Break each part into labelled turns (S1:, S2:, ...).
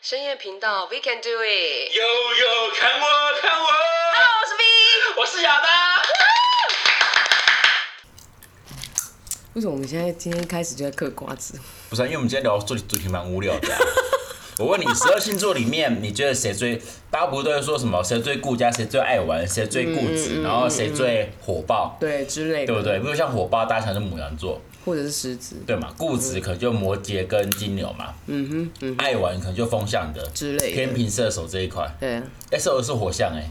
S1: 深夜频道，We can do it。
S2: 悠悠，看我，看我，
S1: Hello，我是 V。
S2: 我是亚当。
S1: 为什么我们现在今天开始就在嗑瓜子？
S2: 不是啊、因为我们今天聊的主题主题蛮无聊的啊、 我问你，十二星座里面，你觉得谁最？大家不是都会说什么谁最顾家，谁最爱玩，谁最固
S1: 嗯
S2: 执，然后谁最火爆，
S1: 对，之类的，
S2: 对不对？比如像火爆，大家想是母羊座，
S1: 或者是狮子
S2: 对嘛？固执可能就摩羯跟金牛嘛，嗯哼，爱玩可能就风象的
S1: 之类的
S2: 天平射手这一块。
S1: 对啊，
S2: 哎，射手是火象哎、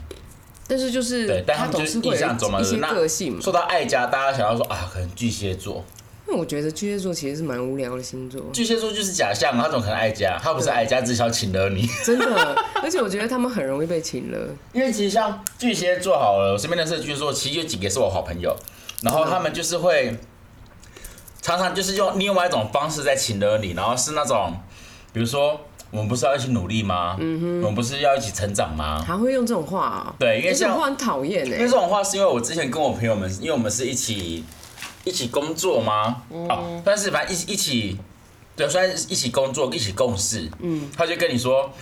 S1: 但是就是
S2: 对，但他们
S1: 总
S2: 就是是
S1: 会有
S2: 印象中嘛，
S1: 一
S2: 对
S1: 些
S2: 不对那
S1: 个性嘛。
S2: 说到爱家，大家想要说啊，可能巨蟹座，
S1: 因为我觉得巨蟹座其实是蛮无聊的星座，
S2: 巨蟹座就是假象，他怎么可能爱家？他不是爱家，只是想请了你。
S1: 真的，而且我觉得他们很容易被请了。
S2: 因为其实像巨蟹座好了，我身边认识的巨蟹座，其实有几个是我好朋友，然后他们就是会常常就是用另外一种方式在请了你，然后是那种，比如说我们不是要一起努力吗？我们不是要一起成长吗？
S1: 还会用这种话啊、
S2: 对因为
S1: 这种
S2: 像
S1: 话很讨厌
S2: 因为
S1: 哎
S2: 这。种话是因为我之前跟我朋友们，因为我们是一起一起工作吗？
S1: 嗯
S2: 哦，但是反正一一起，对，虽然一起工作一起共事，嗯，他就跟你说，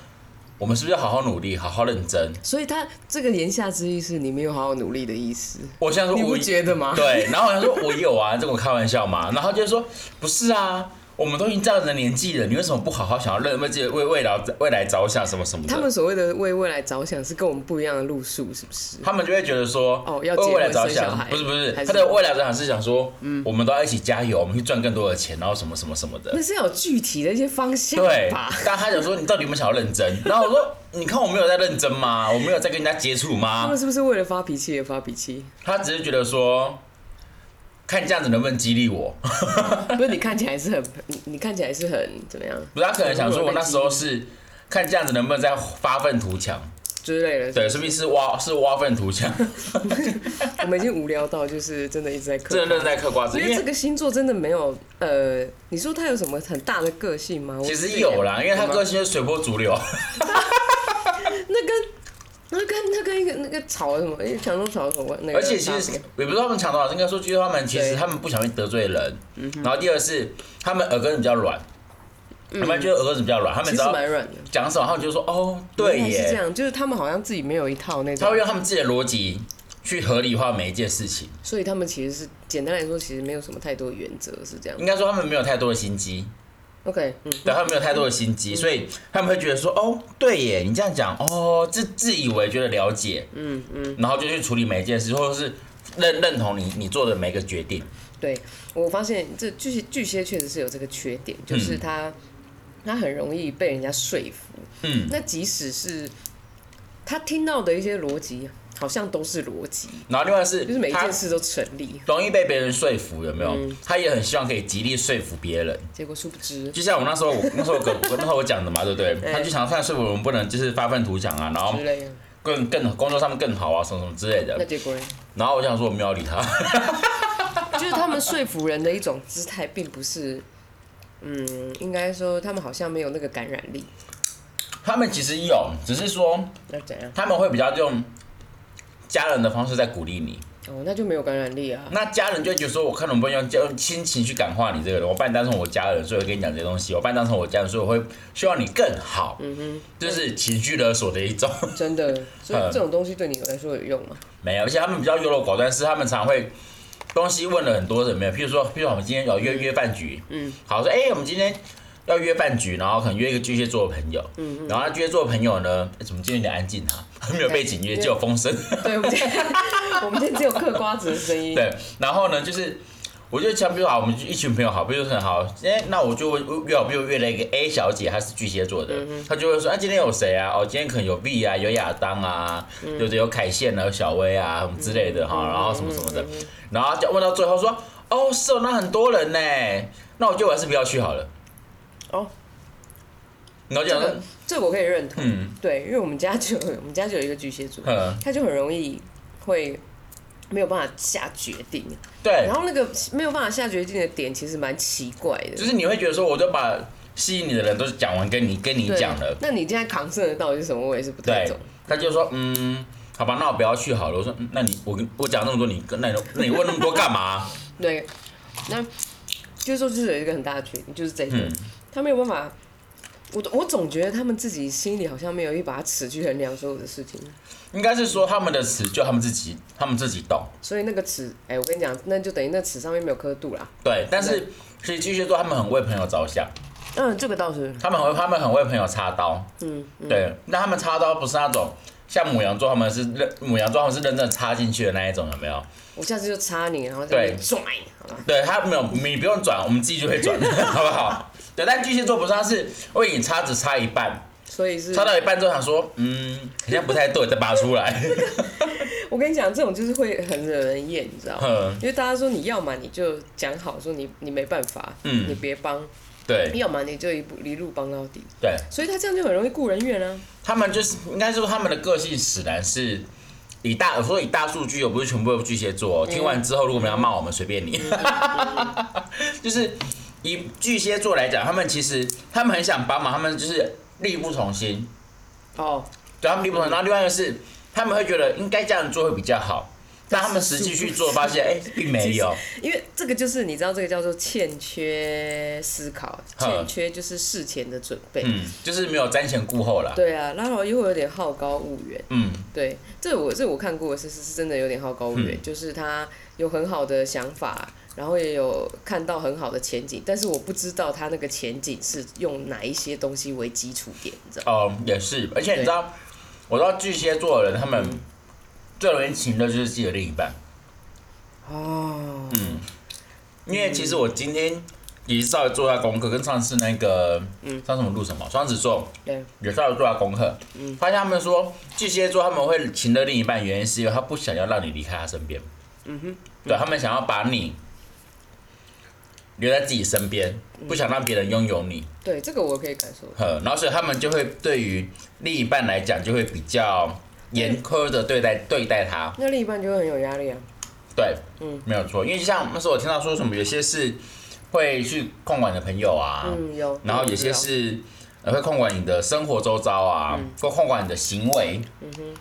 S2: 我们是不是要好好努力，好好认真？
S1: 所以他这个言下之意是你没有好好努力的意思，
S2: 我现在说
S1: 你
S2: 我
S1: 不觉得吗？
S2: 对，然后我想说我有啊，这跟我开玩笑嘛，然后他就说不是啊。我们都已经这样的年纪了，你为什么不好好想要认为自己的为未来未来着想什么什么的？
S1: 他们所谓的为未来着想是跟我们不一样的路数，是不是？
S2: 他们就会觉得说，
S1: 哦要结婚
S2: 为未来着
S1: 生小
S2: 想，
S1: 孩
S2: 不是不是，
S1: 还是嗯
S2: 他的未来着想是想说，我们都要一起加油，我们去赚更多的钱，然后什么什么什么的
S1: 那。是要有具体的一些方向
S2: 对
S1: 吧？，
S2: 但他想说你到底有没有想要认 真？然后我说，你看我没有在认真吗？我没有在跟人家接触
S1: 他
S2: 吗
S1: 们？是不是为了发脾气而发脾气？
S2: 他只是觉得说，看这样子能不能激励我？
S1: 不是你看起来是很，你你看起来是很怎么样
S2: 不是，他可能想说我那时候是看这样子能不能再发愤图强？
S1: 之类的。
S2: 对，说不定是挖是挖粪图强，
S1: 我们已经无聊到就是真的一直在嗑。
S2: 真的认真在嗑瓜子，
S1: 因
S2: 因
S1: 为这
S2: 为。
S1: 个星座真的没有呃，你说他有什么很大的个性吗？
S2: 其实有啦，因为他个性就是随波逐流，
S1: 我那跟那跟那跟一个那个吵什么，哎，强东吵什么那个
S2: 而
S1: 差别？
S2: 且其实也不是他们抢多少，应该说就是他们其
S1: 对嗯
S2: 实他们不小心得罪人，然后第二是他们耳根子比较软，他们觉得耳根子比较软，他们
S1: 嗯
S2: 只
S1: 其实
S2: 要
S1: 蛮软的。
S2: 讲什么，他们就说哦对
S1: 原来是这
S2: 耶，
S1: 样，就是他们好像自己没有一套那
S2: 他
S1: 种
S2: 会，用他们自己的逻辑去合理化每一件事情，
S1: 所以他们其实是简单来说，其实没有什么太多原则，是这样
S2: 应。该说他们没有太多的心机，
S1: OK，嗯，
S2: 对，他们没有太多的心机，所以他们会觉得说哦对耶，你这样讲哦自自以为觉得了解，嗯嗯，然后就去处理每一件事，或者是认认同你你做的每一个决定，
S1: 对，我发现这巨蟹巨蟹确实是有这个缺点，就是他、他很容易被人家说服。
S2: 嗯，
S1: 那即使是他听到的一些逻辑，好像都是逻辑，
S2: 然后另外是
S1: 就是每一
S2: 他
S1: 件事都成立，
S2: 容易被别人说服，有没有？他也很希望可以极力说服别人。
S1: 结果殊不知，
S2: 就像我那时候，我那时候我跟 我那时候我讲的嘛，对不对？他就想看说服我们不能就是发愤图强啊，然后
S1: 之类的。
S2: 更更工作上面更好啊，什么什么之类
S1: 那
S2: 的。
S1: 结果呢？
S2: 然后我想说我没有理他，
S1: 就是他们说服人的一种姿态，并不是。嗯，应该说他们好像没有那个感染力，
S2: 他们其实有，只是说
S1: 那怎样？
S2: 他们会比较用家人的方式在鼓励你。
S1: 哦，那就没有感染力啊。
S2: 那家人就会觉得说，我看能不能用用亲情去感化你这个人，我把你当成我家人，所以我跟你讲这些东西，我把你当成我家人，所以我会希望你更好。嗯哼，就是情绪勒索的一种。
S1: 真的，所以
S2: 嗯
S1: 这种东西对你来说有用吗？
S2: 没有，而且他们比较优柔寡断，是他们常会东西问了很多人没有，譬如说，譬如说我们今天有约约饭局，嗯，好说，哎、我们今天要约饭局，然后可能约一个巨蟹座的朋友，嗯然后那巨蟹座的朋友呢，哎诶怎么今天有点安静啊？ 没有背景音乐，只有风声，
S1: 对，我们今天 我们今天只有嗑瓜子的声音。
S2: 对，然后呢，就是。我就想，比如好，我们就一群朋友好，比如说很好，哎、那我就约好，比如约了一个 A 小姐，她是巨蟹座的，她就会说，啊，今天有谁啊？哦，今天可能有 V 啊，有亚当啊，对不对？有凯茜啊，有小薇啊，什么之类的哈，然后什么什么的，然后就问到最后说，哦，是哦，那很多人呢，那我觉得我还是不要去好了。
S1: 哦，
S2: 然后就
S1: 这
S2: 想说
S1: 个这个我可以认同。
S2: 嗯
S1: 对，因为我们家就有我们家就有一个巨蟹座，
S2: 嗯，
S1: 他就很容易会没有办法下决定，
S2: 对
S1: 然，后那个没有办法下决定的点其实蛮奇怪的。
S2: 就是你会觉得说，我就把吸引你的人都讲完，跟你跟你
S1: 对
S2: 讲了，
S1: 那你现在扛胜的到底是什么？我也是不太
S2: 对
S1: 懂。，
S2: 他就说嗯，好吧，那我不要去好了。我说，嗯那你我跟我讲那么多，你跟那你那你问那么多干嘛？
S1: 对，那就是说，就是有一个很大的缺点，就是这个，
S2: 嗯
S1: 他没有办法我我总觉得他们自己心里好像没有一把尺去衡量所有的事情，
S2: 应该是说他们的词就他们自己，他们自己懂。
S1: 所以那个尺，哎、我跟你讲，那就等于那尺上面没有刻度啦。
S2: 对，但是其实巨蟹座他们很为朋友着想，
S1: 嗯，这个倒是，
S2: 他们很他们很为朋友插刀。嗯，对，那他们插刀不是那种像母羊座，他们是认母羊座他们是认真插进去的那一种，有没有？
S1: 我下次就插你，然后再拽，好吧？
S2: 对他没有，你不用转，我们自己就会转， 好不好？对，但巨蟹座不是，他是为你插只插一半，
S1: 所以是
S2: 插，到一半之后想说，嗯，好像不太对，再拔出来。
S1: 我跟你讲，这种就是会很惹人厌，你知道吗？
S2: 嗯，
S1: 因为大家说你要嘛你就讲好，说你你没办法，
S2: 嗯
S1: 你别帮；
S2: 对
S1: 要么你就一步一路帮到底。
S2: 对，
S1: 所以他这样就很容易顾人怨啊。
S2: 他们就是应该说他们的个性使然是。以大我说以大数据，又不是全部都巨蟹座、哦。听完之后，如果我们要骂我们，随便你。 就是以巨蟹座来讲，他们其实他们很想帮忙，他们就是力不从心，
S1: 哦，
S2: 对他们力不从心。然后另外一个是，他们会觉得应该这样做会比较好，但他们实际去做，发现哎、并没有。
S1: 因为这个就是你知道，这个叫做欠缺思考，
S2: 嗯
S1: 欠缺就是事前的准备。
S2: 嗯，就是没有瞻前顾后啦。
S1: 对啊，然后又会有点好高骛远。
S2: 嗯，
S1: 对，这我这我看过是是是真的有点好高骛远，
S2: 嗯
S1: 就是他有很好的想法，然后也有看到很好的前景，但是我不知道他那个前景是用哪一些东西为基础点，你知道吗？
S2: 哦、也是。而且你知道，我知道巨蟹座的人，他们最容易情的就是自己的另一半。嗯
S1: 哦，
S2: 因为其实我今天也是稍微做一下功课，跟上次那个，
S1: 嗯
S2: 上次我们录什么双子座
S1: 对，
S2: 也稍微做一下功课，
S1: 嗯
S2: 发现他们说巨蟹座他们会情的另一半，原因是因为他不想要让你离开他身边，
S1: 嗯哼，
S2: 对他们想要把你留在自己身边，不想让别人拥有你，
S1: 对，这个我可以感受到。
S2: 呵，然后所以他们就会对于另一半来讲就会比较严苛的对待对待他，
S1: 那另一半就会很有压力啊。
S2: 对，
S1: 嗯
S2: 没有错，因为像那时候我听到说什么有些是会去控管的朋友啊，
S1: 嗯，有。
S2: 然后有些是呃会控管你的生活周遭啊，
S1: 嗯
S2: 或控管你的行为。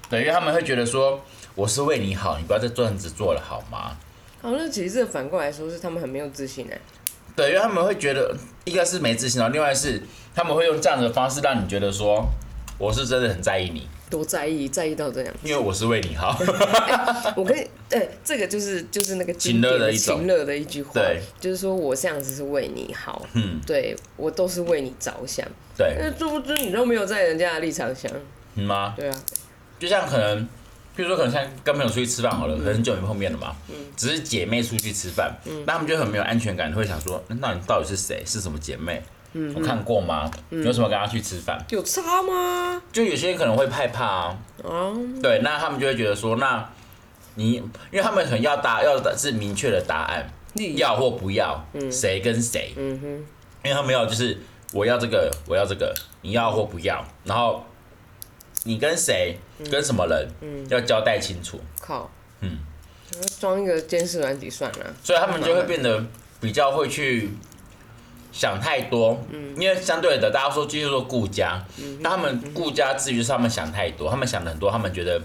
S2: 对，因为他们会觉得说我是为你好，你不要再这样子做了好吗？
S1: 好，那其实这反过来说是他们很没有自信哎、
S2: 对，因为他们会觉得一个是没自信，然后另外是他们会用这样的方式让你觉得说我是真的很在意你，
S1: 多在意，在意到这样。
S2: 因为我是为你好。
S1: 我跟你，哎、这个就是就是那个经
S2: 情
S1: 典
S2: 勒的一种
S1: 情乐的一句话
S2: 对，
S1: 就是说我这样子是为你好，
S2: 嗯，
S1: 对我都是为你着想。
S2: 对，
S1: 那殊不知你都没有在人家的立场想，
S2: 嗯吗？
S1: 对啊，
S2: 就像可能，比如说可能像跟朋友出去吃饭好了，可能很久没碰面了嘛，只是姐妹出去吃饭，那他们就很没有安全感，会想说，那你到底是谁？是什么姐妹？我看过吗？有什么跟她去吃饭？
S1: 有差吗？
S2: 就有些人可能会害怕啊，
S1: 啊，
S2: 对，那他们就会觉得说，那你，因为他们可能要答要的是明确的答案，
S1: 你
S2: 要或不要，谁跟谁，
S1: 嗯哼，
S2: 因为他们要就是我要这个，我要这个，你要或不要，然后你跟谁，
S1: 嗯
S2: 跟什么人，要交代清楚。
S1: 靠，
S2: 嗯，
S1: 装一个监视软体算了，
S2: 所以他们就会变得比较会去想太多，
S1: 嗯
S2: 因为相对的，大家说巨蟹座顾家，那、他们顾家之余是他们想太多，他们想的很多，他们觉得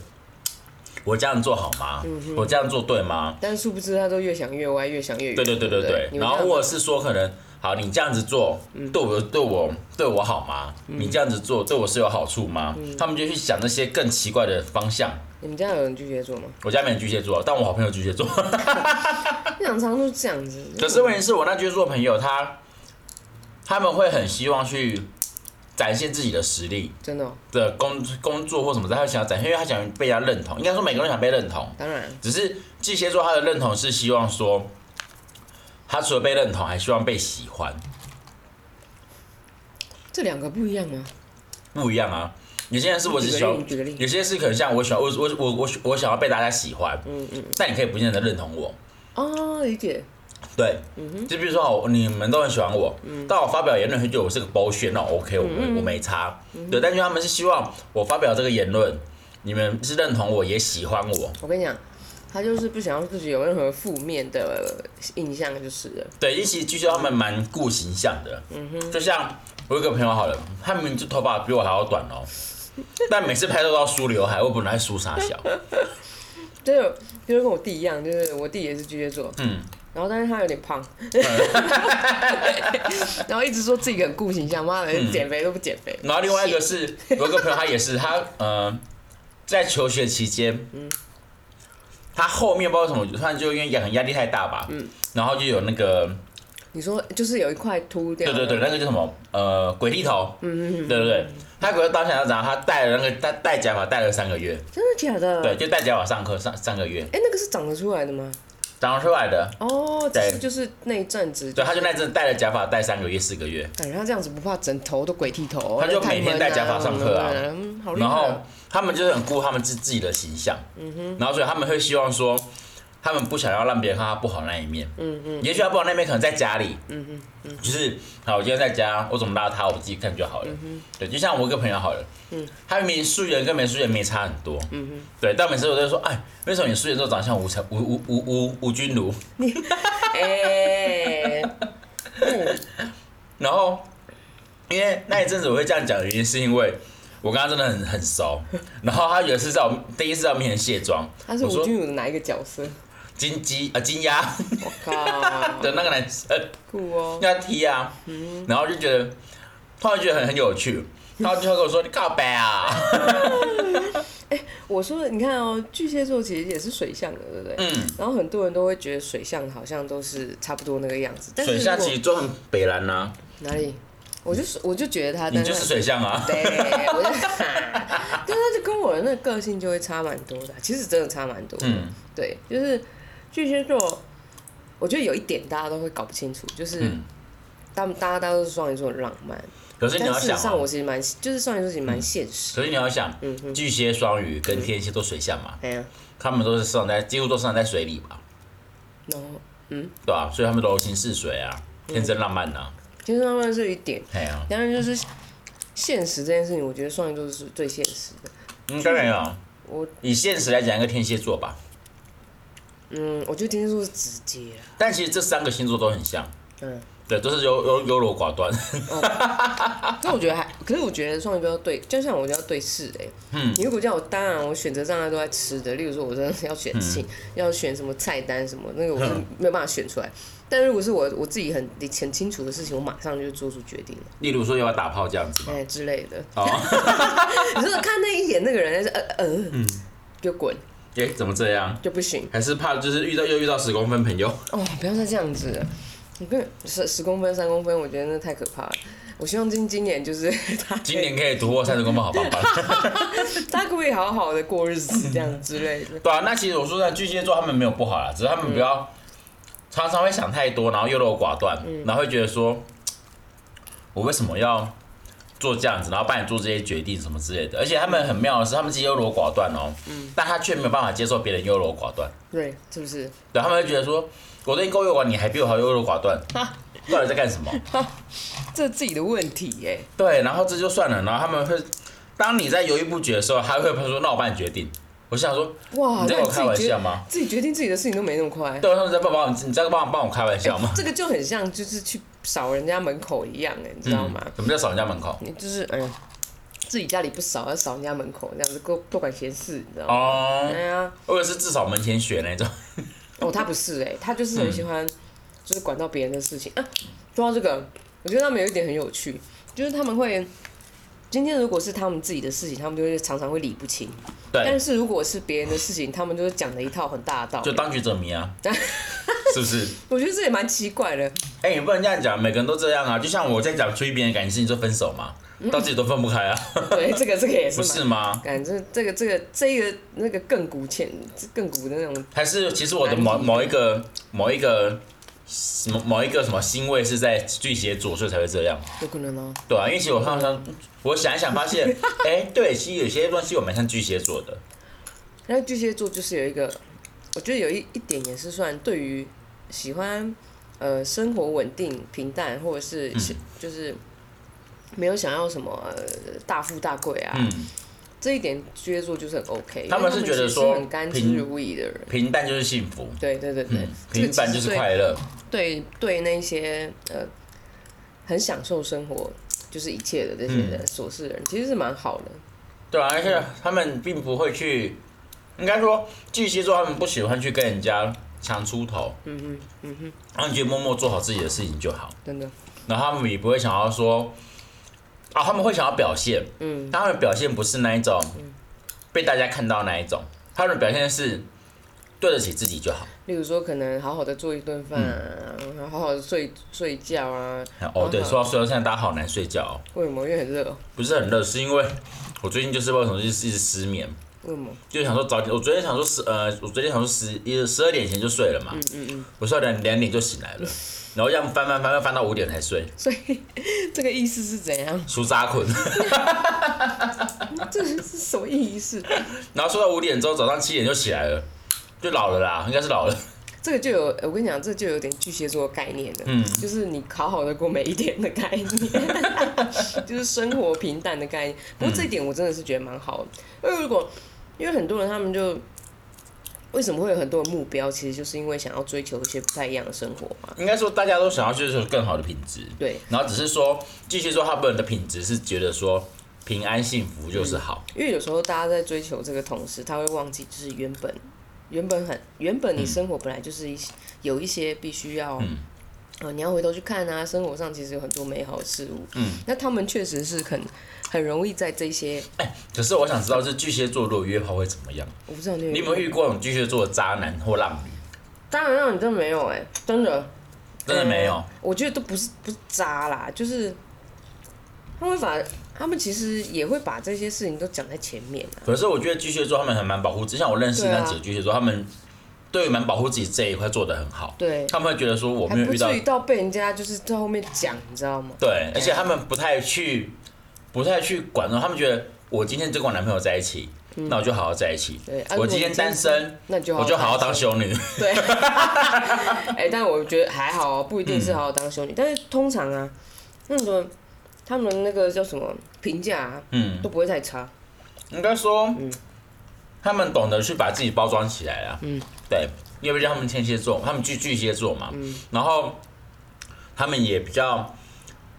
S2: 我这样做好吗？
S1: 嗯
S2: 我这样做对吗？
S1: 但殊不知他都越想越歪，越想越远。
S2: 对对对
S1: 对
S2: 对
S1: 不
S2: 对，
S1: 你们嗯
S2: 然后或者是说可能。好，你这样子做对我对我对我好吗？你这样子做对我是有好处吗？
S1: 嗯
S2: 他们就去想那些更奇怪的方向。
S1: 你们家有人巨蟹 座吗？
S2: 我家没有巨蟹座，但我好朋友巨蟹座。
S1: 那常常都是这样子。
S2: 可是问题是我那巨蟹座朋友他，他们会很希望去展现自己的实力
S1: 真的哦、
S2: 的工工作或什么的，他想要展现，因为他想被人家认同。应该说每个人想被认同，
S1: 当然，
S2: 只是巨蟹座他的认同是希望说，他除了被认同，还希望被喜欢，
S1: 这两个不一样啊吗？
S2: 不一样啊。有些人是我只喜欢
S1: 你举个例你举个例，
S2: 有些是可能像我喜欢我我我我我想要被大家喜欢，
S1: 嗯嗯，
S2: 但你可以不见得认同我。
S1: 哦，理解。
S2: 对，
S1: 嗯
S2: 就比如说好，你们都很喜欢我，但我发表言论会觉得我是个 bullshit，那我 OK，我没、
S1: 嗯
S2: 我没差。对，但因为他们是希望我发表这个言论，你们是认同我，也喜欢我。
S1: 我跟你讲，他就是不想让自己有任何负面的印象，就是了。
S2: 对，一起据说他们蛮顾形象的，
S1: 嗯
S2: 就像我有一个朋友好了，他明明就头发比我还要短哦，但每次拍照都要梳刘海，我本来梳傻小，
S1: 就是就是跟我弟一样，就是我弟也是巨蟹座，
S2: 嗯，
S1: 然后但是他有点胖， 然后一直说自己很顾形象，妈的，减肥都不减肥。
S2: 然后另外一个是，有一个朋友他也是，他呃，在求学期间，他后面不知道为什么，突然就因为压压力太大吧，然后就有那个，
S1: 你说就是有一块秃掉，
S2: 对对对，，那个叫什么呃鬼剃头，嗯嗯，对对对，他鬼剃头到现在然后他戴了那个戴戴假发戴了三个月，
S1: 真的假的？
S2: 对，，就戴假发上课上三个月，
S1: 哎，那个是长得出来的吗？
S2: 长出来的，
S1: 哦，只是
S2: 对
S1: 就是那一阵子，
S2: 对，他就那阵戴了假发戴三个月四个月，
S1: 感觉他这样子不怕整头都鬼剃头，
S2: 他就
S1: 那太
S2: 每天
S1: 闷
S2: 戴
S1: 啊
S2: 假发上课啊
S1: 嗯，好厉
S2: 然
S1: 害
S2: 后
S1: 哦。
S2: 他们就是很顾他们自自己的形象，然后所以他们会希望说，他们不想要让别人看他不好那一面，嗯嗯，也许他不好那一面可能在家里，嗯嗯，就是好，我今天在家，我怎么邋遢我自己看就好了，对，就像我一个朋友好了，嗯，他明明素颜跟没素颜没差很多，嗯嗯，对，但每次我都说，哎，为什么你素颜之后长得像吴成吴吴吴吴吴君如？
S1: 哎，
S2: 然后，因为那一阵子我会这样讲的原因，是因为我跟他真的很很熟。然后他有一次在我第一次在我面前卸妆，
S1: 他是
S2: 我
S1: 吴
S2: 说
S1: 君如的哪一个角色？
S2: 金鸡啊金鸭 的
S1: 我靠，
S2: 那个男呃生
S1: 酷哦！
S2: 要踢啊，然后就觉得突然觉得很很有趣。然后就会跟我说：“你靠北啊
S1: 我说，你看哦，巨蟹座其实也是水象的，对不对？
S2: 嗯。
S1: 然后很多人都会觉得水象好像都是差不多那个样子，！”但是
S2: 水
S1: 如
S2: 象
S1: 果
S2: 其实就很北蓝啊呐、
S1: 哪里？我就是我就觉得他，
S2: 你
S1: 但
S2: 就是
S1: 是
S2: 水象啊。
S1: 对，我就，但是他就跟我的那个个性就会差蛮多的，其实真的差蛮多的。
S2: 嗯，
S1: 对，就是巨蟹座，我觉得有一点大家都会搞不清楚，就是
S2: 嗯
S1: 他们大家大家都是双鱼座浪漫，
S2: 可是你
S1: 但
S2: 要
S1: 事实
S2: 想、
S1: 上
S2: 哦嗯
S1: 我，嗯其实蛮就是双鱼座其实蛮现实。
S2: 可是你要想，巨蟹、双鱼跟天蝎都水象嘛，
S1: 哎呀，
S2: 他们都是生长在几乎都生长在水里吧，
S1: 然后
S2: 对吧、所以他们柔情似水啊，
S1: 嗯
S2: 天真浪漫呐、啊，
S1: 其实浪漫是一点，
S2: 哎呀、
S1: 当然就是现实这件事情，我觉得双鱼座是最现实的。
S2: 应该没有。
S1: 我
S2: 啊以现实来讲，一个天蝎座吧，
S1: 嗯，我觉得天蝎座是直接啦，
S2: 但其实这三个星座都很像，
S1: 嗯，
S2: 对，都是优优优柔寡断。
S1: 那我觉得还，可是我觉得双鱼座要对，就像我就要对事哎、嗯，你如果叫我，当然我选择障碍都在吃的，例如说我真的是要选性，要选什么菜单什么，那个我是没有办法选出来。但如果是我我自己很很清楚的事情，我马上就做出决定了，
S2: 例如说要不要打炮这样子嘛，
S1: 哎、之类的。
S2: 哦，
S1: 你说看那一眼那个人，呃呃，嗯，就滚
S2: 哎、怎么这样？
S1: 就不行
S2: 还是怕就是遇到又遇到十公分朋友，
S1: 哦，不要再这样子了。你跟十十公分、三公分，我觉得那太可怕了。我希望今今年就是 他可以
S2: 今年可以突破三十公分，好棒棒。
S1: 他可不可以好好的过日子这样之类的？
S2: 对啊，那其实我说真的，巨蟹座他们没有不好啦，啊只是他们不要、常常会想太多，然后优柔寡断，然后会觉得说，嘖我为什么要做这样子，然后帮你做这些决定什么之类的。而且他们很妙的是，他们自己优柔寡断哦，但他却没有办法接受别人优柔寡断，
S1: 对，是不是？
S2: 对，啊他们会觉得说，我对你够优柔寡断，你还比我还优柔寡断，到底在干什么？
S1: 这自己的问题耶、
S2: 对，然后这就算了，然后他们会，当你在犹豫不决的时候，还会说，那我帮你决定。我想说，
S1: 哇，
S2: 你在
S1: 哦
S2: 跟
S1: 那你
S2: 我
S1: 自
S2: 开
S1: 己
S2: 玩
S1: 决
S2: 笑吗？
S1: 自己决定自己的事情都没那么快，
S2: 对，啊他们在帮帮我，你在帮帮我开玩笑吗？
S1: 这个就很像就是去扫人家门口一样哎、你知道吗？
S2: 嗯？什么叫扫人家门口？
S1: 你就是嗯，自己家里不扫，要扫人家门口这样子，多多管闲事，你知道吗？
S2: 哦
S1: 哎，呀，
S2: 或者是至少门前雪那种。
S1: 哦，他不是哎、他就是
S2: 嗯
S1: 很喜欢，就是管到别人的事情啊。说到这个，我觉得他们有一点很有趣，就是他们会今天如果是他们自己的事情，他们就会常常会理不清；但
S2: 对，
S1: 是如果是别人的事情，他们就是讲了一套很大的道
S2: 就
S1: 理。
S2: 当局者迷 啊，是不是？
S1: 我觉得这也蛮奇怪的，
S2: 哎、你不能这样讲，每个人都这样啊。就像我在讲出于别人感情事情就分手嘛，到自己都分不开啊，
S1: 对，这个这个嗯 也是
S2: 不
S1: 蛮
S2: 是吗？
S1: 感这这个这个这个那个亘古浅这亘古的那种，
S2: 还是其实我的某某一个某一个某某一个什么星位是在巨蟹座，所以才会这样，
S1: 有可能哦。
S2: 对啊。因为其实我常常我想一想发 现，哎、对，其实有些东西我蛮像巨蟹座的，
S1: 然后巨蟹座就是有一个，我觉得有一一点也是算对于喜欢呃生活稳定平淡，或者是、
S2: 嗯
S1: 就是没有想要什么、呃、大富大贵啊，
S2: 嗯，
S1: 这一点巨蟹座就是很 OK。
S2: 他们是觉得说
S1: 很甘之
S2: 平
S1: 如饴的人，
S2: 平淡就是幸福，嗯
S1: 对对对对，这个
S2: 平凡
S1: 其
S2: 就
S1: 实
S2: 是
S1: 对
S2: 快乐。
S1: 对对那些呃很享受生活，就是一切的这些
S2: 嗯
S1: 人、琐事的人，其实是蛮好的。
S2: 对啊，而且他们并不会去，应该说巨蟹座他们不喜欢去跟人家强出头，嗯嗯嗯哼，然后你就默默做好自己的事情就好。
S1: 真的，
S2: 然后他们也不会想要说，啊，他们会想要表现，嗯，但他们的表现不是那一种被大家看到那一种，他们的表现是对得起自己就好。
S1: 例如说可能好好的做一顿饭啊，然后好好的睡睡觉啊，
S2: 哦，对，
S1: 好
S2: 说到睡觉，现在大家好难睡觉、哦，
S1: 为什么？因为很热哦，
S2: 不是很热，是因为我最近就是为什么就是一直失眠，
S1: 为什么？
S2: 就想说早点，我昨天想说十呃，我昨天想说十一十二点前就睡了嘛，嗯嗯嗯，我睡到两两点就醒 来了，然后这样翻翻翻翻翻到五点才睡，
S1: 所以这个意思是怎样？
S2: 舒扎困，
S1: 这是什么意思？
S2: 然后睡到五点之后早上七点就起来了，就老了啦，应该是老了，
S1: 这个就有，我跟你讲，这就有点巨蟹座的概念的，嗯，就是你好好的过每一天的概念， 就是生活平淡的概念。不过这一点我真的是觉得蛮好的，因为如果因为很多人他们就为什么会有很多的目标，其实就是因为想要追求一些不太一样的生活嘛。
S2: 应该说大家都想要追求更好的品质，
S1: 对，
S2: 然后只是说继续说他们的品质是觉得说平安幸福就是好，
S1: 因为有时候大家在追求这个同时，他会忘记就是原本原本很原本你生活本来就是一些有一些必须要。
S2: 嗯
S1: 呃，你要回头去看啊，生活上其实有很多美好的事物。
S2: 嗯，
S1: 那他们确实是很很容易在这些，
S2: 哎、可是我想知道是巨蟹座如果约炮会怎么样？
S1: 我不知道你有
S2: 你有没有遇过那种巨蟹座的渣男或浪女？
S1: 当然让你真的没有哎、真的
S2: 真的没有
S1: 呃，我觉得都不是不是渣啦，就是他们会把他们其实也会把这些事情都讲在前面啊。
S2: 可是我觉得巨蟹座他们还蛮保护自己，像我认识那
S1: 对啊
S2: 几个巨蟹座，他们对于蛮保护自己这一块做得很好。
S1: 对，
S2: 他们会觉得说我没
S1: 还
S2: 有
S1: 不
S2: 遇到
S1: 至于到被人家就是在后面讲，你知道吗？
S2: 对，而且他们不太去不太去管，他们觉得我今天就跟我男朋友在一起，那我就好好在一起
S1: 嗯对，啊。
S2: 我今天单身，，
S1: 如果你今天
S2: 我
S1: 那
S2: 就
S1: 你就
S2: 好好
S1: 单
S2: 当
S1: 身
S2: 修女。
S1: 对， 哎、但我觉得还好哦，不一定
S2: 嗯
S1: 是好好当修女，但是通常啊，那种他们那个叫什么评价啊，
S2: 嗯，
S1: 都不会太差。
S2: 应该说，
S1: 嗯
S2: 他们懂得去把自己包装起来了。嗯，对，因为像他们天蝎座，他们巨巨蟹座嘛，
S1: 嗯
S2: 然后他们也比较，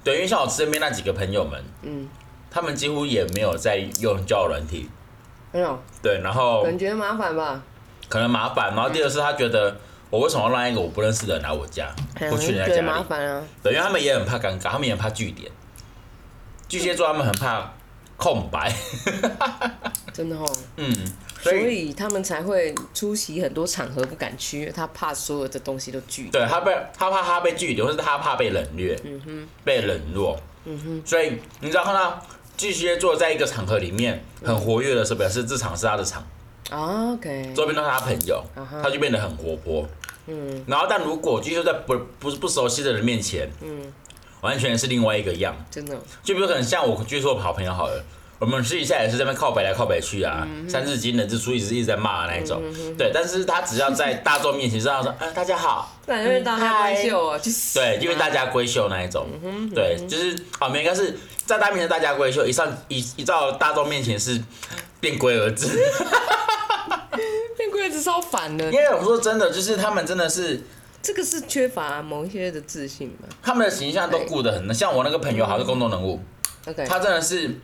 S2: 对，因为像我身边那几个朋友们，
S1: 嗯，
S2: 他们几乎也没有在用交友软体，
S1: 没有，
S2: 对，然后
S1: 感觉麻烦吧？
S2: 可能麻烦，然后第二是
S1: 嗯
S2: 他觉得我为什么要让一个我不认识的人来我家，或去人
S1: 哎对
S2: 家家
S1: 麻
S2: 里？
S1: 烦啊，
S2: 对，因为他们也很怕尴尬，他们也很怕据点。巨蟹座他们很怕空白，
S1: 真的哦。
S2: 嗯，
S1: 所以他们才会出席很多场合不敢去，因为他怕所有的东西都拒。
S2: 对他被他怕他被拒绝，或是他怕被冷略，
S1: 嗯
S2: 被冷落，所以你只要看到巨蟹座在一个场合里面很活跃的时候，表示这场是他的场，
S1: 啊 OK，
S2: 周边都是他朋友
S1: 啊哈，嗯
S2: 他就变得很活泼，然后但如果巨蟹座在不不不熟悉的人面前，
S1: 嗯
S2: 完全是另外一个样，
S1: 真的哦
S2: 就比如可能像我巨蟹座好朋友好了。我们私底下也是在那边靠北来靠北去啊，
S1: 嗯
S2: 三字经、冷知书一直一直在骂的那一种，对。但是他只要在大众面前这样说，嗯，大家好，
S1: 感觉大家闺秀啊，去
S2: 嗯
S1: 死
S2: 对，因为大家闺秀那一
S1: 嗯
S2: 种，对，就是好，没应该是在大家面前大家闺秀，一上一一到大众面前是变龟儿 子。
S1: 变贵子超烦的
S2: 因，为我说真的，就是他们真的是
S1: 这个是缺乏某一些的自信吧
S2: 他们的形象都顾得很，像我那个朋友，好是公众人物，
S1: ？OK，
S2: 他真的是
S1: 嗯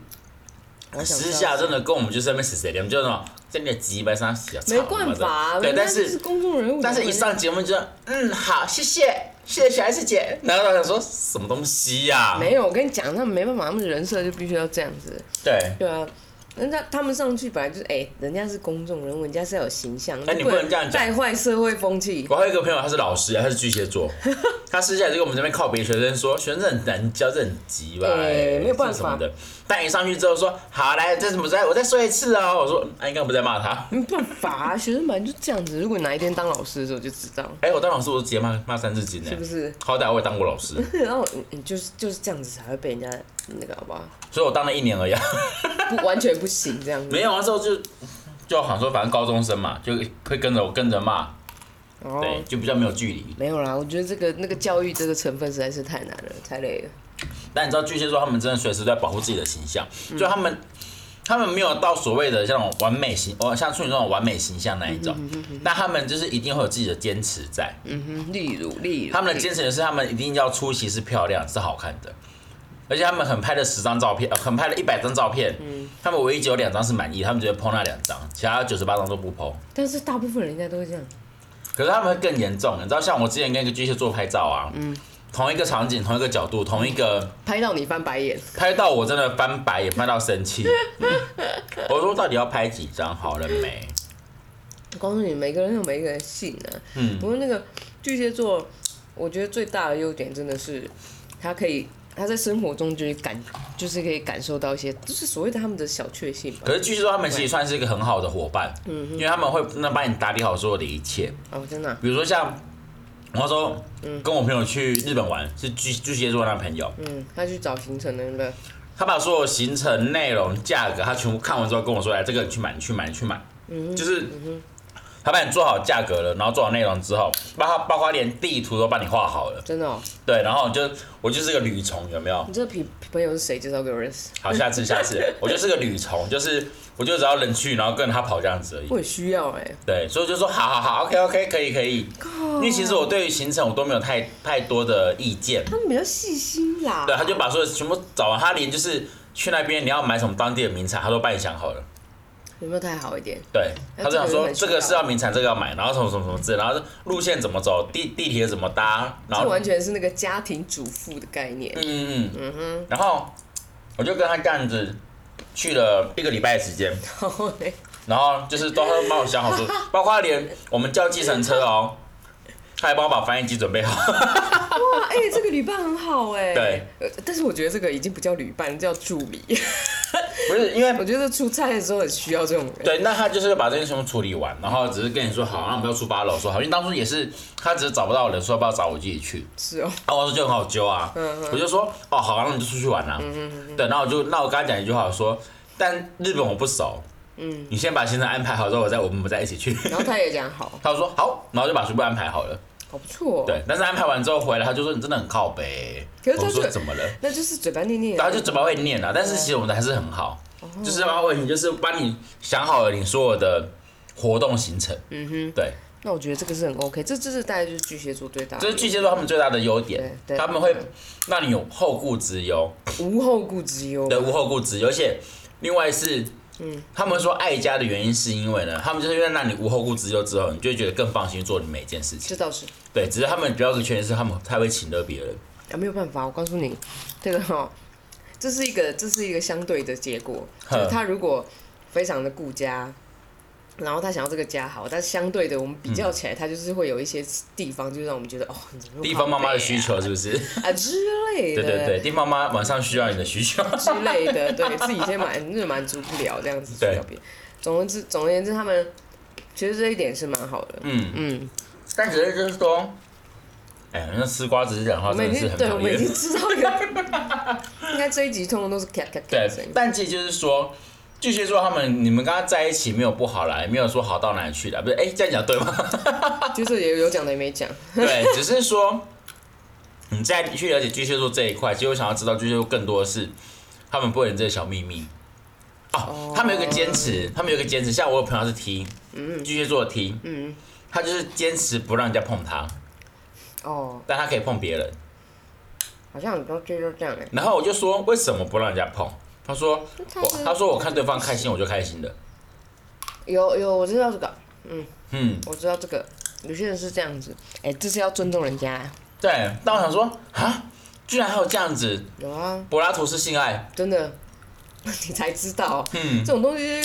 S1: 我想
S2: 私
S1: 知道
S2: 下真的跟我们就是在那边死谁脸，就那种真的鸡巴上小
S1: 没办法啊，
S2: 对，
S1: 人家
S2: 但
S1: 就是
S2: 是
S1: 公众人物，
S2: 但是一上节目就嗯好，谢谢谢谢小 S 姐，然后我想说什么东西呀、
S1: 没有，我跟你讲，他们没办法，他们人设就必须要这样子，
S2: 对。
S1: 对啊。人家他们上去本来就是，哎、人家是公众人物，人家是要有形象，
S2: 哎你不能这样讲
S1: 带坏社会风气。
S2: 我还有一个朋友，他是老师，他是巨蟹 座，他私下就跟我们这边靠别学生说，学生很难教，这很急吧、
S1: 对哎没有办法
S2: 这什么的。但一上去之后说，好来，这怎么再我再说一次哦。我说，啊，应该不在骂他。
S1: 没办法、啊，学生本来就这样子。如果哪一天当老师的时候就知道，
S2: 哎、我当老师，我直接骂骂三字经呢
S1: 是不。是？
S2: 好歹我也当过老 师，
S1: 然后你你就是就是这样子才会被人家那个，好不好？
S2: 所以我当了一年而 已啊。
S1: 不完全不行这样子。
S2: 没有啊，之后就就好像说，反正高中生嘛，就会跟着我跟着骂，
S1: 哦，
S2: 对，就比较没有距离。
S1: 没有啦，我觉得这个那个教育这个成分实在是太难了，太累了。
S2: 但你知道巨蟹座他们真的随时在保护自己的形象，就他们他们没有到所谓的像那种完美形，哦，像处女那种完美形象那一种，但他们就是一定会有自己的坚持在。
S1: 嗯哼，例如例如，
S2: 他们的坚持的是他们一定要出席是漂亮是好看的，而且他们很拍了十张照片，呃很拍了一百张照片，
S1: 嗯
S2: 他们唯一只有两张是满意，他们只会 PO 那两张，其他九十八张都不 PO。
S1: 但是大部分人应该都会这样。
S2: 可是他们会更严重，你知道，像我之前跟一个巨蟹座拍照啊，
S1: 嗯
S2: 同一个场景、同一个角度、同一个
S1: 拍到你翻白眼，
S2: 拍到我真的翻白眼，翻到生气。我说到底要拍几张好了没？
S1: 告诉你，每个人有每个人的性啊。
S2: 嗯
S1: 不过那个巨蟹座，我觉得最大的优点真的是，他可以他在生活中就是感，就是可以感受到一些，就是所谓的他们的小确幸吧。
S2: 可是据说他们其实算是一个很好的伙伴，因为他们会那帮你打理好所有的一切，
S1: 哦，真的啊、
S2: 比如说像我那时候跟我朋友去日本玩，是巨巨蟹座那朋友，
S1: 嗯，他去找行程了，对不对？
S2: 他把所有行程内容、价格，他全部看完之后跟我说：“哎来，这个你去买，你去买，你去买。”就是他帮你做好价格了，然后做好内容之后，包括包括连地图都帮你画好了。
S1: 真的哦，
S2: 对，然后就我就是个旅虫，有没有？
S1: 你这朋朋友是谁介绍给我认识？
S2: 好，下次下次，我就是个旅虫，就是我就只要人去，然后跟着他跑这样子而已。
S1: 我也需要哎、
S2: 对，所以我就说好好好，OK OK，可以可以。因为其实我对于行程我都没有太太多的意见，
S1: 他们比较细心啦。
S2: 对，他就把所有全部找完，他连就是去那边你要买什么当地的名产，他都帮你想好了。
S1: 有没有太好一点？
S2: 对，
S1: 那
S2: 他就想
S1: 哎这个
S2: 说
S1: 很
S2: 这
S1: 需
S2: 个
S1: 要
S2: 是要名产，这个要买，然后什么什么什么之类，然后路线怎么走，地地铁怎么搭，然
S1: 这
S2: 后
S1: 完全是那个家庭主妇的概念。
S2: 嗯嗯嗯，然后我就跟他这样子去了一个礼拜的时间，
S1: 然后嘞，
S2: 然后就是都会帮我想好说，包括连我们叫计程车哦，他还帮我把翻译机准备好。
S1: 哇，哎、这个旅伴很好哎、
S2: 对
S1: 呃，但是我觉得这个已经不叫旅伴，叫助理。
S2: 不是因为
S1: 我觉得出差的时候很需要这种人。
S2: 对，那他就是把这些全部处理完，然后只是跟你说好，那我们要出发了。我说好，因为当初也是他只是找不到人，说要不要找我自己去。
S1: 是哦，
S2: 然后我说就很好揪啊，我就说哦好、啊，那你就出去玩啦、对，然后我就那我跟他讲一句话，我说但日本我不熟，嗯，你先把行程安排好之后，我再我们再一起去。
S1: 然后他也讲好，
S2: 他说好，然后就把全部安排好了。
S1: 好不错、哦。，
S2: 对，但是安排完之后回来，他就说你真的很靠北。
S1: 可是他
S2: 我说
S1: 就
S2: 怎么了？
S1: 那就是嘴巴念念
S2: 然后就怎么会念啊？但是其实我们还是很好，
S1: 哦
S2: 就是他会就是帮你想好了你所有的活动行程。嗯哼，对，
S1: 那我觉得这个是很 OK，这这是大概就是巨蟹座最大的，
S2: 这是巨蟹座他们最大的优点，
S1: 对对
S2: 他们会让你有后顾之忧，
S1: 无后顾之忧。
S2: 对，无后顾之忧。而且另外是，嗯，他们说爱家的原因是因为呢，他们就是因为让你无后顾之忧之后，你就会觉得更放心做你每一件事情。
S1: 这倒是
S2: 对，只是他们比较有个缺点是他们太会请了别人。
S1: 啊，没有办法，我告诉你，这个哈、这是一个这是一个相对的结果，就
S2: 呵
S1: 是他如果非常的顾家。然后他想要这个家好，但相对的，我们比较起来，他就是会有一些地方，就让我们觉得哦，你怎么那么
S2: 嗯地方妈妈的需
S1: 靠
S2: 求是不是？
S1: 北啊啊之类的，
S2: 对对对，地方妈妈晚上需要你的需求。
S1: 之类的，对自己先满日满足不了这样子去
S2: 对
S1: 表别。总而之总而言之，他们其实这一点是蛮好的。
S2: 嗯，
S1: 嗯，
S2: 但只是就是说，哎呀，那吃瓜子讲话
S1: 我们
S2: 真
S1: 已
S2: 的是很
S1: 经对，我
S2: 讨
S1: 们已
S2: 厌。
S1: 经知道一个，应该这一集通通都是咔咔咔
S2: 对
S1: 的声音，。
S2: 但其实就是说，巨蟹座他们，你们跟他在一起没有不好啦，也没有说好到哪里去啦，不是？哎、这样讲对 吗？
S1: 就是也有讲的也没讲，
S2: 对，只是说你在去了解巨蟹座这一块，其实我想要知道巨蟹座更多的是他们不会有这些小秘密。哦，他们有一个坚持，他们有一个坚持。像我有朋友他是 T，巨蟹座的 T，
S1: 嗯，
S2: 他就是坚持不让人家碰他，
S1: 哦，
S2: 但他可以碰别人。
S1: 好像很多剧都这样哎、
S2: 然后我就说为什么不让人家碰？他说
S1: 他
S2: 我
S1: 是
S2: 他说我看对方开心我就开心的，
S1: 有有，我知道这个，
S2: 嗯，
S1: 我知道这个，有些人是这样子，哎、这是要尊重人家啊，
S2: 对。但我想说啊，居然还有这样子，
S1: 有啊，
S2: 柏拉图式性爱，
S1: 真的， 你才知道，哦
S2: 嗯，
S1: 这种东西，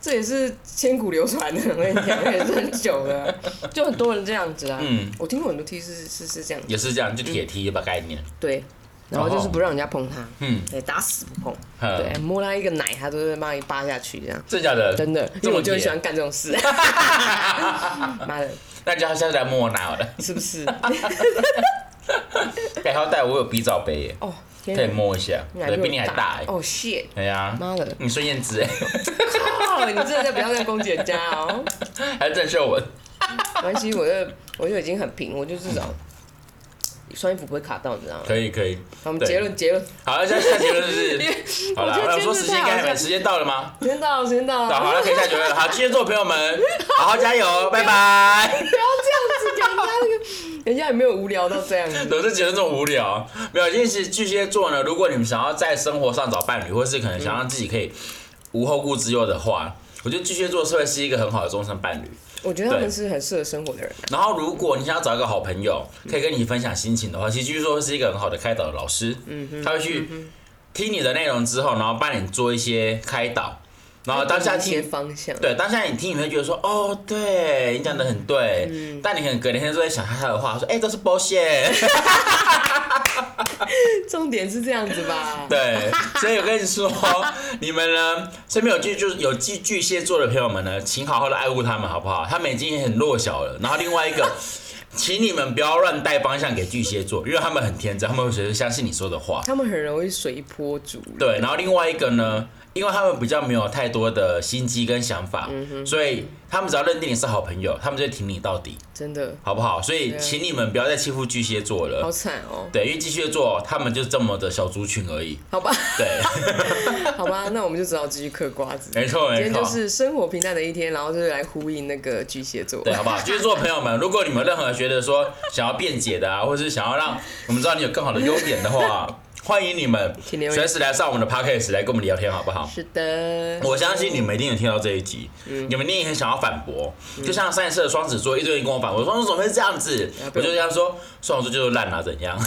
S1: 这也是千古流传的，我跟你讲，也是很久 了，就很多人这样子啦。
S2: 嗯，
S1: 我听过很多 T 是是是这样，
S2: 也是这样，就铁梯吧概念，
S1: 对，然后就是不让人家碰他，
S2: 哦嗯，呃
S1: 对，打死不碰，
S2: 哼
S1: 对，摸他一个奶，他都会帮你扒下去这样。
S2: 真假的，
S1: 真的，
S2: 嗯
S1: 因
S2: 这
S1: 为
S2: 么
S1: 我就很
S2: 铁
S1: 喜欢干这 种事。妈的，
S2: 那叫他下次来摸我奶好了，
S1: 是不是？
S2: 哎，他带我有鼻罩杯耶，
S1: 哦，天
S2: 可以
S1: 哪，
S2: 摸一下，
S1: 奶
S2: 对比你还大哎，
S1: 哦，shit！
S2: 对呀，
S1: 妈的
S2: 你孙燕姿哎，
S1: 哦，你真的不要再攻击人家哦。
S2: 还是郑秀文，
S1: 没关系，我就我就已经很平，我就至少穿衣服不会卡到，你知道吗？
S2: 可以可以，
S1: 好，我们
S2: 嗯对
S1: 结论结论，
S2: 好，那现在下结论是
S1: 因
S2: 不
S1: 为
S2: 是，好
S1: 我觉
S2: 了，
S1: 得
S2: 那我说
S1: 今
S2: 时
S1: 天
S2: 间应
S1: 太好
S2: 该还没，
S1: 笑
S2: 时间到了吗？
S1: 时间到了，时 间到了，
S2: 好，好了，可以下结论了。好，巨蟹座的朋友们，好好加油，拜拜。
S1: 不要这样子给人家那个，人家也没有无聊到 这样子。
S2: 总是觉得这种无聊，没有。其实巨蟹座呢，如果你们想要在生活上找伴侣，或是可能想让自己可以无后顾之忧的话，我觉得巨蟹座是会是一个很好的终身伴侣。
S1: 我觉得他们
S2: 对
S1: 是很适合生活的人。
S2: 然后，如果你想要找一个好朋友，可以跟你分享心情的话，其实据说是一个很好的开导的老师。嗯他会去听你的内容之后，然后帮你做一些开导，然啊后当下
S1: 一些
S2: 听，
S1: 方向，
S2: 对，当下你听，你会觉得说，哦，对你讲的很对。但你可能隔天就在想他的话，说，哎、都是 bullshit。
S1: 重点是这样子 吧？
S2: 对，所以我跟你说， 你们呢，身边有巨就是有巨巨蟹座的朋友们呢，请好好的爱护他们，好不好？他们已经很弱小了。然后另外一个，请你们不要乱带方向给巨蟹座，因为他们很天真，他们会觉得相信你说的话。
S1: 他们很容易随波逐流。
S2: 对，然后另外一个呢，因为他们比较没有太多的心机跟想法，所以他们只要认定你是好朋友，他们就会挺你到底，
S1: 真的
S2: 好不好？所以
S1: 对
S2: 请你们不要再欺负巨蟹座
S1: 好
S2: 了。
S1: 惨哦。
S2: 对，因为巨蟹座他们就这么的小族群而已。
S1: 好吧，
S2: 对，
S1: 好吧，那我们就只好继续嗑瓜子。
S2: 没错
S1: 今
S2: 没
S1: 天
S2: 错。
S1: 就是生活平淡的一天，然后就是来呼应那个巨蟹座。
S2: 对，好不好？就是说，朋友们，如果你们有任何觉得说想要辩解的啊，或是想要让我们知道你有更好的优点的 话，欢迎你们
S1: 请留言
S2: 随时来上我们的 podcast 来跟我们聊天，好不好？
S1: 是的，
S2: 我相信你们一定有听到这一集，
S1: 嗯
S2: 你们一定很想要反驳，就像上一次的双子座一堆人跟我反驳，双子座怎么会这样子？我就跟他说，双子座就是烂啊，怎 样？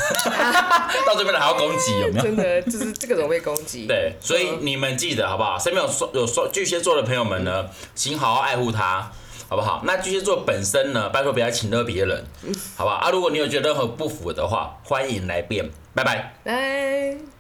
S2: 到这边了还要攻击，有没有？
S1: 真的就是这个种被攻击。
S2: 对，所以你们记得好不好？身边有双有双巨蟹座的朋友们呢，请好好爱护它，好不好？那巨蟹座本身呢，拜托不要请了别人，好不好？啊，如果你有觉得任何不符的话，欢迎来辩，拜拜。
S1: 来。